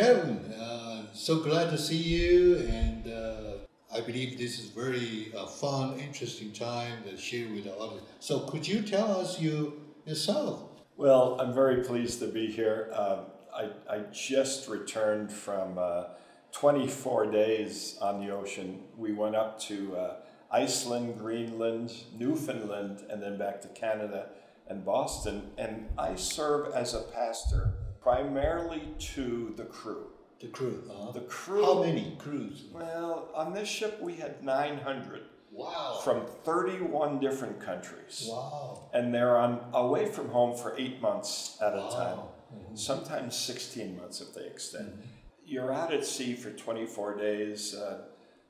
Karen, uh, so glad to see you, and uh, I believe this is very uh, fun, interesting time to share with the audience. So, could you tell us you yourself? Well, I'm very pleased to be here. Um, I, I just returned from uh, 24 days on the ocean. We went up to uh, Iceland, Greenland, Newfoundland, and then back to Canada and Boston. And I serve as a pastor primarily to the crew. The crew. Uh, The crew. How many crews? Well, on this ship we had 900 Wow. from 31 different countries wow. and they're on away from home for eight months at a Wow. Mm-hmm. time, sometimes 16 months if they extend. You're out at sea for 24 days. Uh,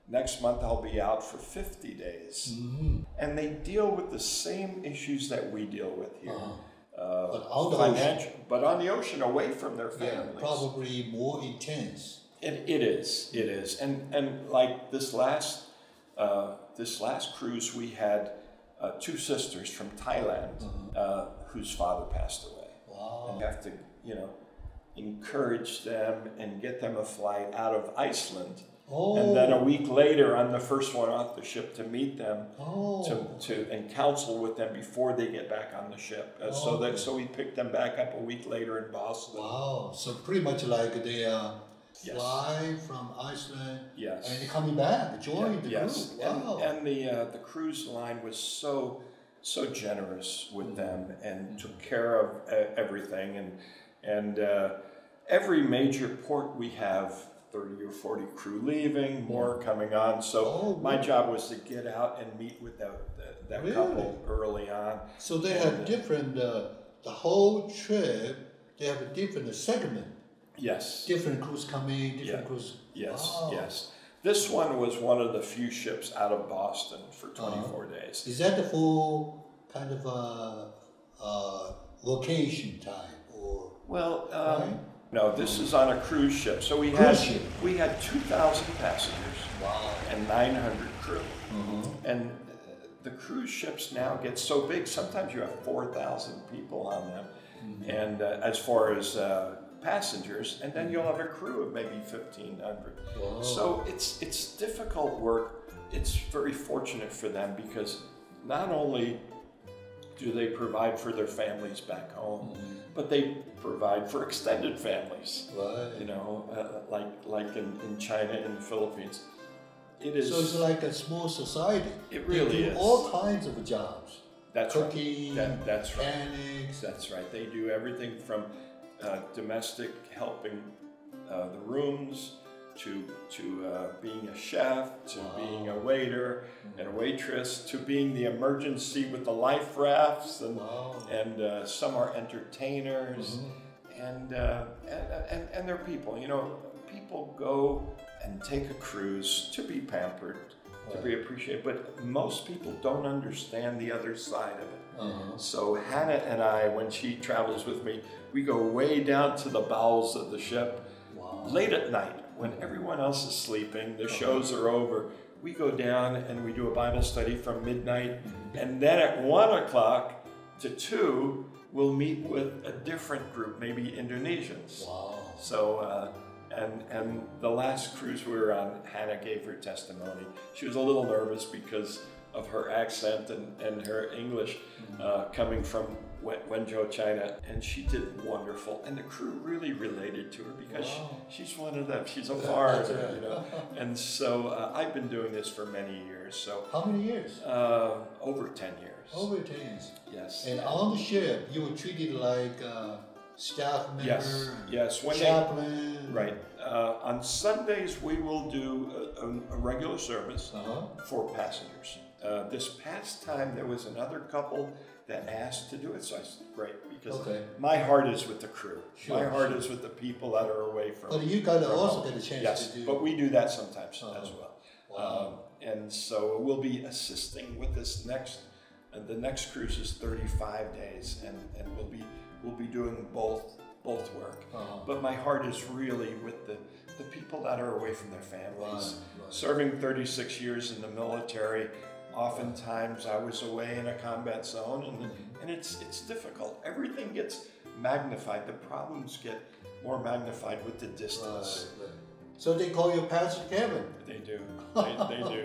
next month I'll be out for 50 days. Mm-hmm. And they deal with the same issues that we deal with here. Uh-huh. Uh, But on the financial, but on the ocean, away from their Yeah, families. probably more intense. It, it is. It is. And and like this last uh, this last cruise, we had uh, two sisters from Thailand Mm-hmm. uh, whose father passed away. Wow. And you have to you know encourage them and get them a flight out of Iceland. Oh. And then a week later, I'm the first one off the ship to meet them oh. to, to and counsel with them before they get back on the ship. Uh, so that so we picked them back up a week later in Boston. Oh. Wow. So pretty much like they uh, Yes. fly from Iceland Yes. and coming back, join the yes. group. Wow. And, and the uh, the cruise line was so so generous with Mm-hmm. them and took care of uh, everything and and uh, every major port we have. 30 or 40 crew leaving, more coming on. So, Mm-hmm. Oh, my job was to get out and meet with that, that, that Really? couple early on. so they have different, uh, the whole trip, they have a different segment. Yes. Different crews coming, different crews. Yes, Wow. yes. This one was one of the few ships out of Boston for 24 days. Is that the full kind of uh, uh, vacation time or? Well, um, no, this is on a cruise ship. So we had Cruise ship. we had two thousand passengers Wow. and nine hundred crew, and uh, the cruise ships now get so big. Sometimes you have four thousand people on them, and uh, as far as uh, passengers, and then you'll have a crew of maybe fifteen hundred. Wow. So it's it's difficult work. It's very fortunate for them because not only do they provide for their families back home, but they provide for extended families. Right. You know, uh, like like in, in China and the Philippines, it is. So it's like a small society. It They really do is. All kinds of jobs. that's cooking, right. That, that's right. mechanics. That's right. They do everything from uh, domestic helping uh, the rooms to to uh, being a chef to being a waiter and a waitress to being the emergency with the life rafts and Wow. and uh, some are entertainers and, uh, and and and they're people. You know, people go and take a cruise to be pampered. To be appreciated, but most people don't understand the other side of it. Uh-huh. So Hannah and I, when she travels with me, we go way down to the bowels of the ship late at night when everyone else is sleeping, the shows are over. We go down and we do a Bible study from midnight, and then at one o'clock to two, we'll meet with a different group, maybe Indonesians. Wow. So, uh, and and the last cruise we were on, Hannah gave her testimony. She was a little nervous because of her accent and, and her English Mm-hmm. uh, coming from Wen- Wenzhou, China, and she did wonderful. And the crew really related to her because she- Wow. she's one of them. She's a foreigner, right. you know. And so uh, I've been doing this for many years. So How many years? uh, over ten years. Over 10 years. Yes. Oh. And on the ship, you were treated like a staff member, Yes, yes, when they- chaplain. Right. Uh, on Sundays, we will do a, a, a regular service Uh-huh. for passengers. Uh, this past time, there was another couple that asked to do it, so I said, great, because Okay. my heart is with the crew. my Sure, heart is with the people that are away from But you got to from also home. get a chance yes, to do. Uh-huh. but we do that sometimes as well. Wow. Um, and so we'll be assisting with this next, uh, the next cruise is 35 days, and, and we'll be we'll be doing both both work. Uh-huh. But my heart is really with the, the people that are away from their families. Right, right. Serving 36 years in the military, oftentimes I was away in a combat Mm-hmm. zone, and, and it's, it's difficult. Everything gets magnified, the problems get more magnified with the distance. Right, right. So they call you Pastor Kevin, They do. They, they do.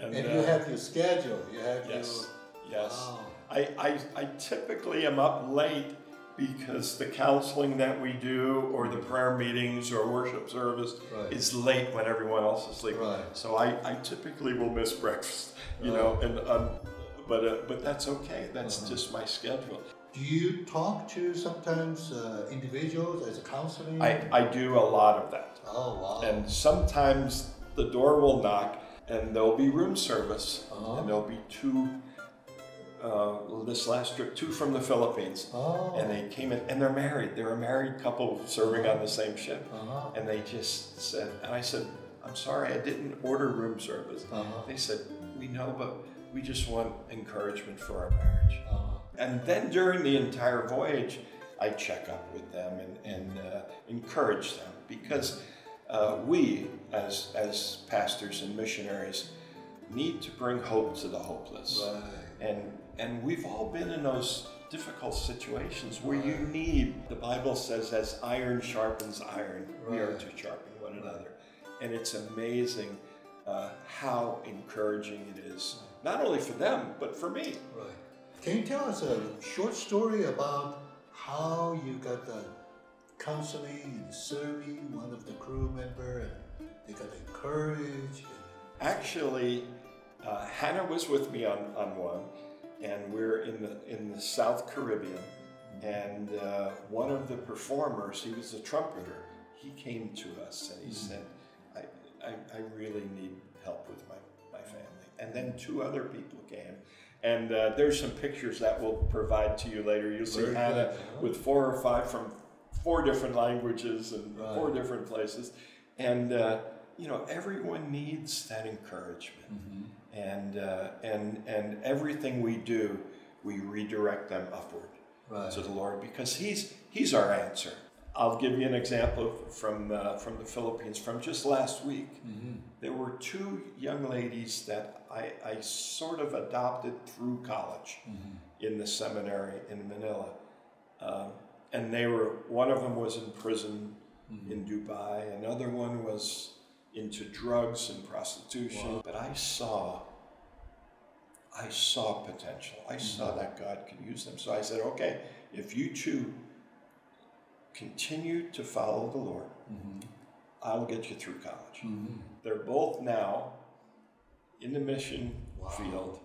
and, And, you uh, have your schedule. You have yes, your yes. Wow. I, I, I typically am up late because the counseling that we do or the prayer meetings or worship service Right. is late when everyone else is sleeping. Right. So I, I typically will miss breakfast, you know, and um, but uh, but that's okay. That's Uh-huh. just my schedule. Do you talk to sometimes uh, individuals as a counseling? I, I do a lot of that. oh wow. And sometimes the door will knock and there'll be room service. Uh-huh. And there'll be two, uh, this last trip, two from the Philippines. oh. And they came in and they're married. They're a married couple serving on the same ship. uh-huh. And they just said, and I said, I'm sorry, I didn't order room service. Uh-huh. They said, We know, but we just want encouragement for our marriage. Uh-huh. And then during the entire voyage, I check up with them and, and uh, encourage them because uh, we, as, as pastors and missionaries, need to bring hope to the hopeless. Right. And, and we've all been in those difficult situations where you need, the Bible says, as iron sharpens iron, we are Right. to sharpen one another. And it's amazing uh, how encouraging it is, not only for them, but for me. Right. Can you tell us a short story about how you got the counseling and serving one of the crew member and they got encouraged? Actually, uh, Hannah was with me on, on one, and we're in the in the South Caribbean, and uh, one of the performers, he was a trumpeter. He came to us and he Mm-hmm. said, I, I, "I really need help with my my family." And then two other people came, and uh, there's some pictures that we'll provide to you later. You'll see Very good, Hannah huh? with four or five from four different languages and Right. four different places. And, uh, you know, everyone needs that encouragement. And, uh, and, and everything we do, we redirect them upward Right. to the Lord because He's, he's our answer. I'll give you an example from, uh, from the Philippines from just last week. There were two young ladies that I, I sort of adopted through college in the seminary in Manila. Um, and they were, one of them was in prison in Dubai, another one was into drugs and prostitution. But I saw, I saw potential. I saw that God could use them. So I said, okay, if you two continue to follow the Lord, I'll get you through college. They're both now in the mission Wow. field.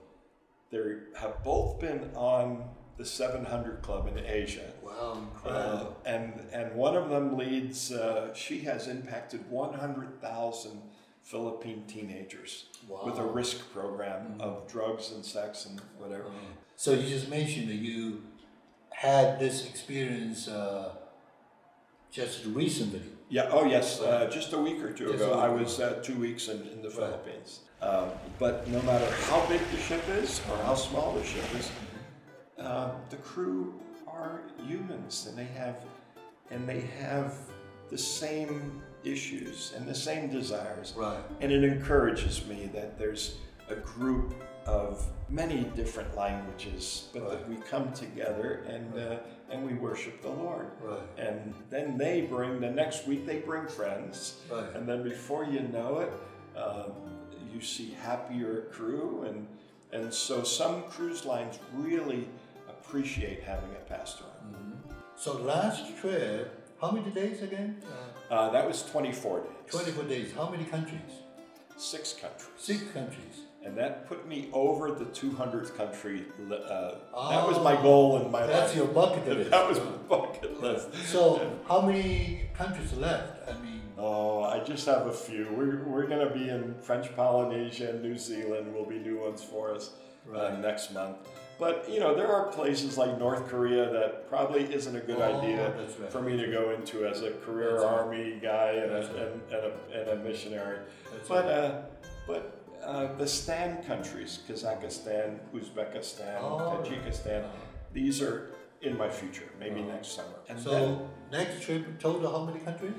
They have both been on the 700 Club in Asia. Wow, Uh, incredible. and and one of them leads. Uh, she has impacted 100,000 Philippine teenagers with a Wow. Mm-hmm. risk program of drugs and sex and whatever. Uh-huh. so you just mentioned that you had this experience uh, just recently. Yeah. Oh, yes. Uh, just a week or two Just ago, a I week. was uh, two weeks in, in the Philippines. Um, but no matter how big the ship is or how small the ship is, um, the crew are humans, and they have, and they have the same issues and the same desires. Right. And it encourages me that there's a group of many different languages, but that we come together and uh, and we worship the Lord. Right. And then they bring the next week they bring friends, Right. and then before you know it, um, you see happier crew, and and so some cruise lines really appreciate having a pastor. Mm. on. So last trip, how many days again? Uh, Uh, that was 24 days, 24 days. How many countries? six countries. Six countries. and that put me over the 200th country. li- Uh, that was my goal in my Oh, That's your life. bucket list. that was my bucket list. So how many countries left? I mean, Oh, I just have a few. We're, we're going to be in French Polynesia and New Zealand. Will be new ones for us uh, Right. next month. But you know, there are places like North Korea that probably isn't a good Oh, idea that's right. for me to go into as a career That's right. army guy and, a, That's right. and, and, a, and a missionary. That's but uh, but uh, the Stan countries, Kazakhstan, Uzbekistan, Oh, right. Tajikistan, these are in my future. Maybe next summer. And then Oh. so next trip, total how many countries?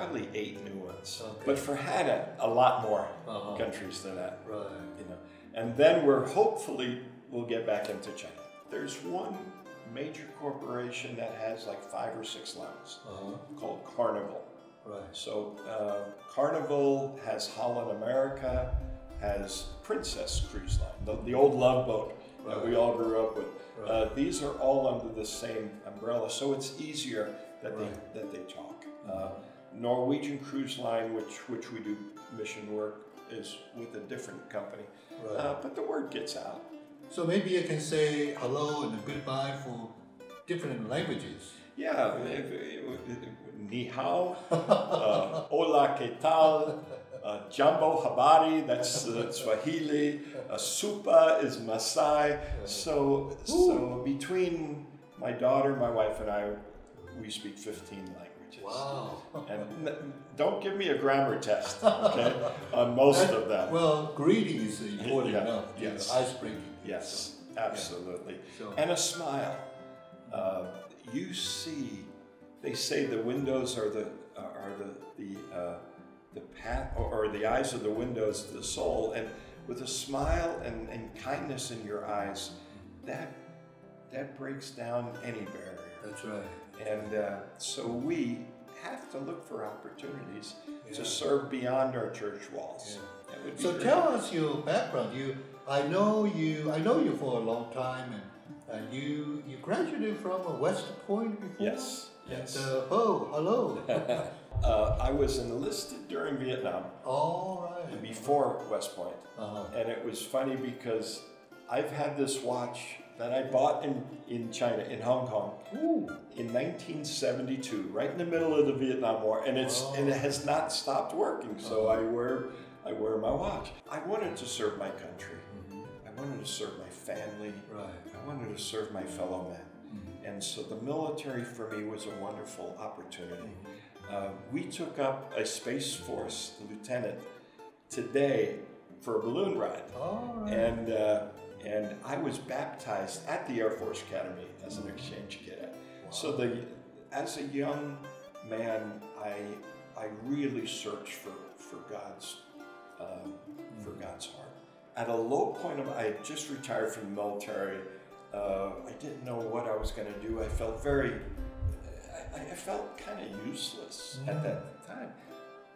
probably eight new ones. Okay. But for Hannah, a lot more Uh-huh. countries than that. Right. You know, and then we're hopefully we'll get back into China. There's one major corporation that has like five or six levels Uh-huh. called Carnival. Right. So uh, Carnival has Holland America, has Princess Cruise Line, the, the old Love Boat that we all grew up with. Uh, these are all under the same umbrella, so it's easier that Right. Mm-hmm. they that they talk. Uh, Norwegian Cruise Line, which which we do mission work, is with a different company, Right. uh, but the word gets out. So maybe I can say hello and goodbye for different languages. Yeah, if- if- ni hao, uh, hola que tal, uh, jambo habari, that's uh, Swahili, uh, supa is Maasai. So, so between my daughter, my wife, and I, we speak 15 languages. Wow. And n- don't give me a grammar test, okay, on most of them. Well, greeting is important Yeah, enough. you know, yes. Icebreaking. Yes, absolutely. So, And a smile. Uh, you see, they say the windows are the uh, are the the uh, the path or the eyes of the windows to the soul, and with a smile and, and kindness in your eyes, that that breaks down any barrier. that's right. And uh, so we have to look for opportunities Yeah. to serve beyond our church walls. Yeah. That would be So great. tell us your background. You, I know you. I know you for a long time, and, and you you graduated from uh, West Point before. Yes. Yes. And, uh, oh, hello. Uh, I was enlisted during Vietnam All Oh, right. before West Point. Uh-huh. And it was funny because I've had this watch that I bought in, in China, in Hong Kong, Ooh. in 1972, right in the middle of the Vietnam War, and it's Oh. and it has not stopped working. So Uh-huh. I wear I wear my watch. I wanted to serve my country. I wanted to serve my family. Mm-hmm. Right. I wanted to serve my fellow men. And so the military for me was a wonderful opportunity. Uh, we took up a Space Force lieutenant today for a balloon ride. All Oh, right. And, uh, and I was baptized at the Air Force Academy as an exchange cadet. So the, as a young man, I, I really searched for, for God's um, for God's heart. At a low point of, I had just retired from the military. Uh, I didn't know what I was going to do. I felt very, I, I felt kind of useless at that time.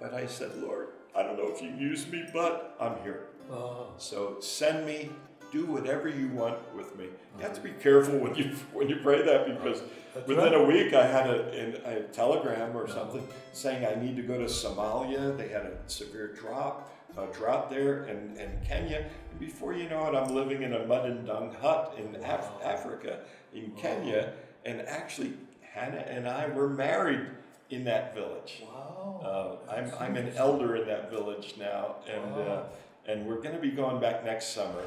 But I said, Lord, I don't know if you use me, but I'm here. Oh, So send me, do whatever you want with me. You have to be careful when you when you pray that because Uh-huh. Uh, That's within right. Uh-huh. a week I had a, an, a telegram or something saying I need to go to Somalia. They had a severe drop a drought there and, and Kenya. And before you know it, I'm living in a mud and dung hut in Af- Africa, in Kenya. And actually, Hannah and I were married in that village. wow. Uh, I'm, I'm an elder in that village now, and, uh, and we're going to be going back next summer.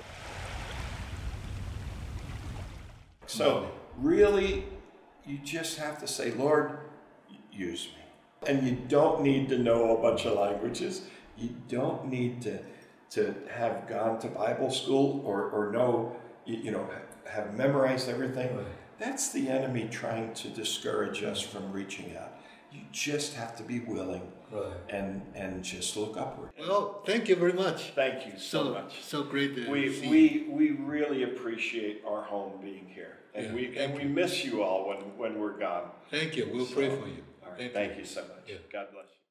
So, really, you just have to say, Lord, y- use me. And you don't need to know a bunch of languages. You don't need to, to have gone to Bible school or, or know, y- you know, ha- have memorized everything. That's the enemy trying to discourage us from reaching out. You just have to be willing Right. and, and just look upward. Well, thank you very much. Thank you so, So much. so great to We, see. we, we really appreciate our home being here. And, Yeah, we, thank and we miss you all when, when we're gone. Thank you. We'll pray for you. All right. Thank you. Thank you so much. Yeah. God bless you.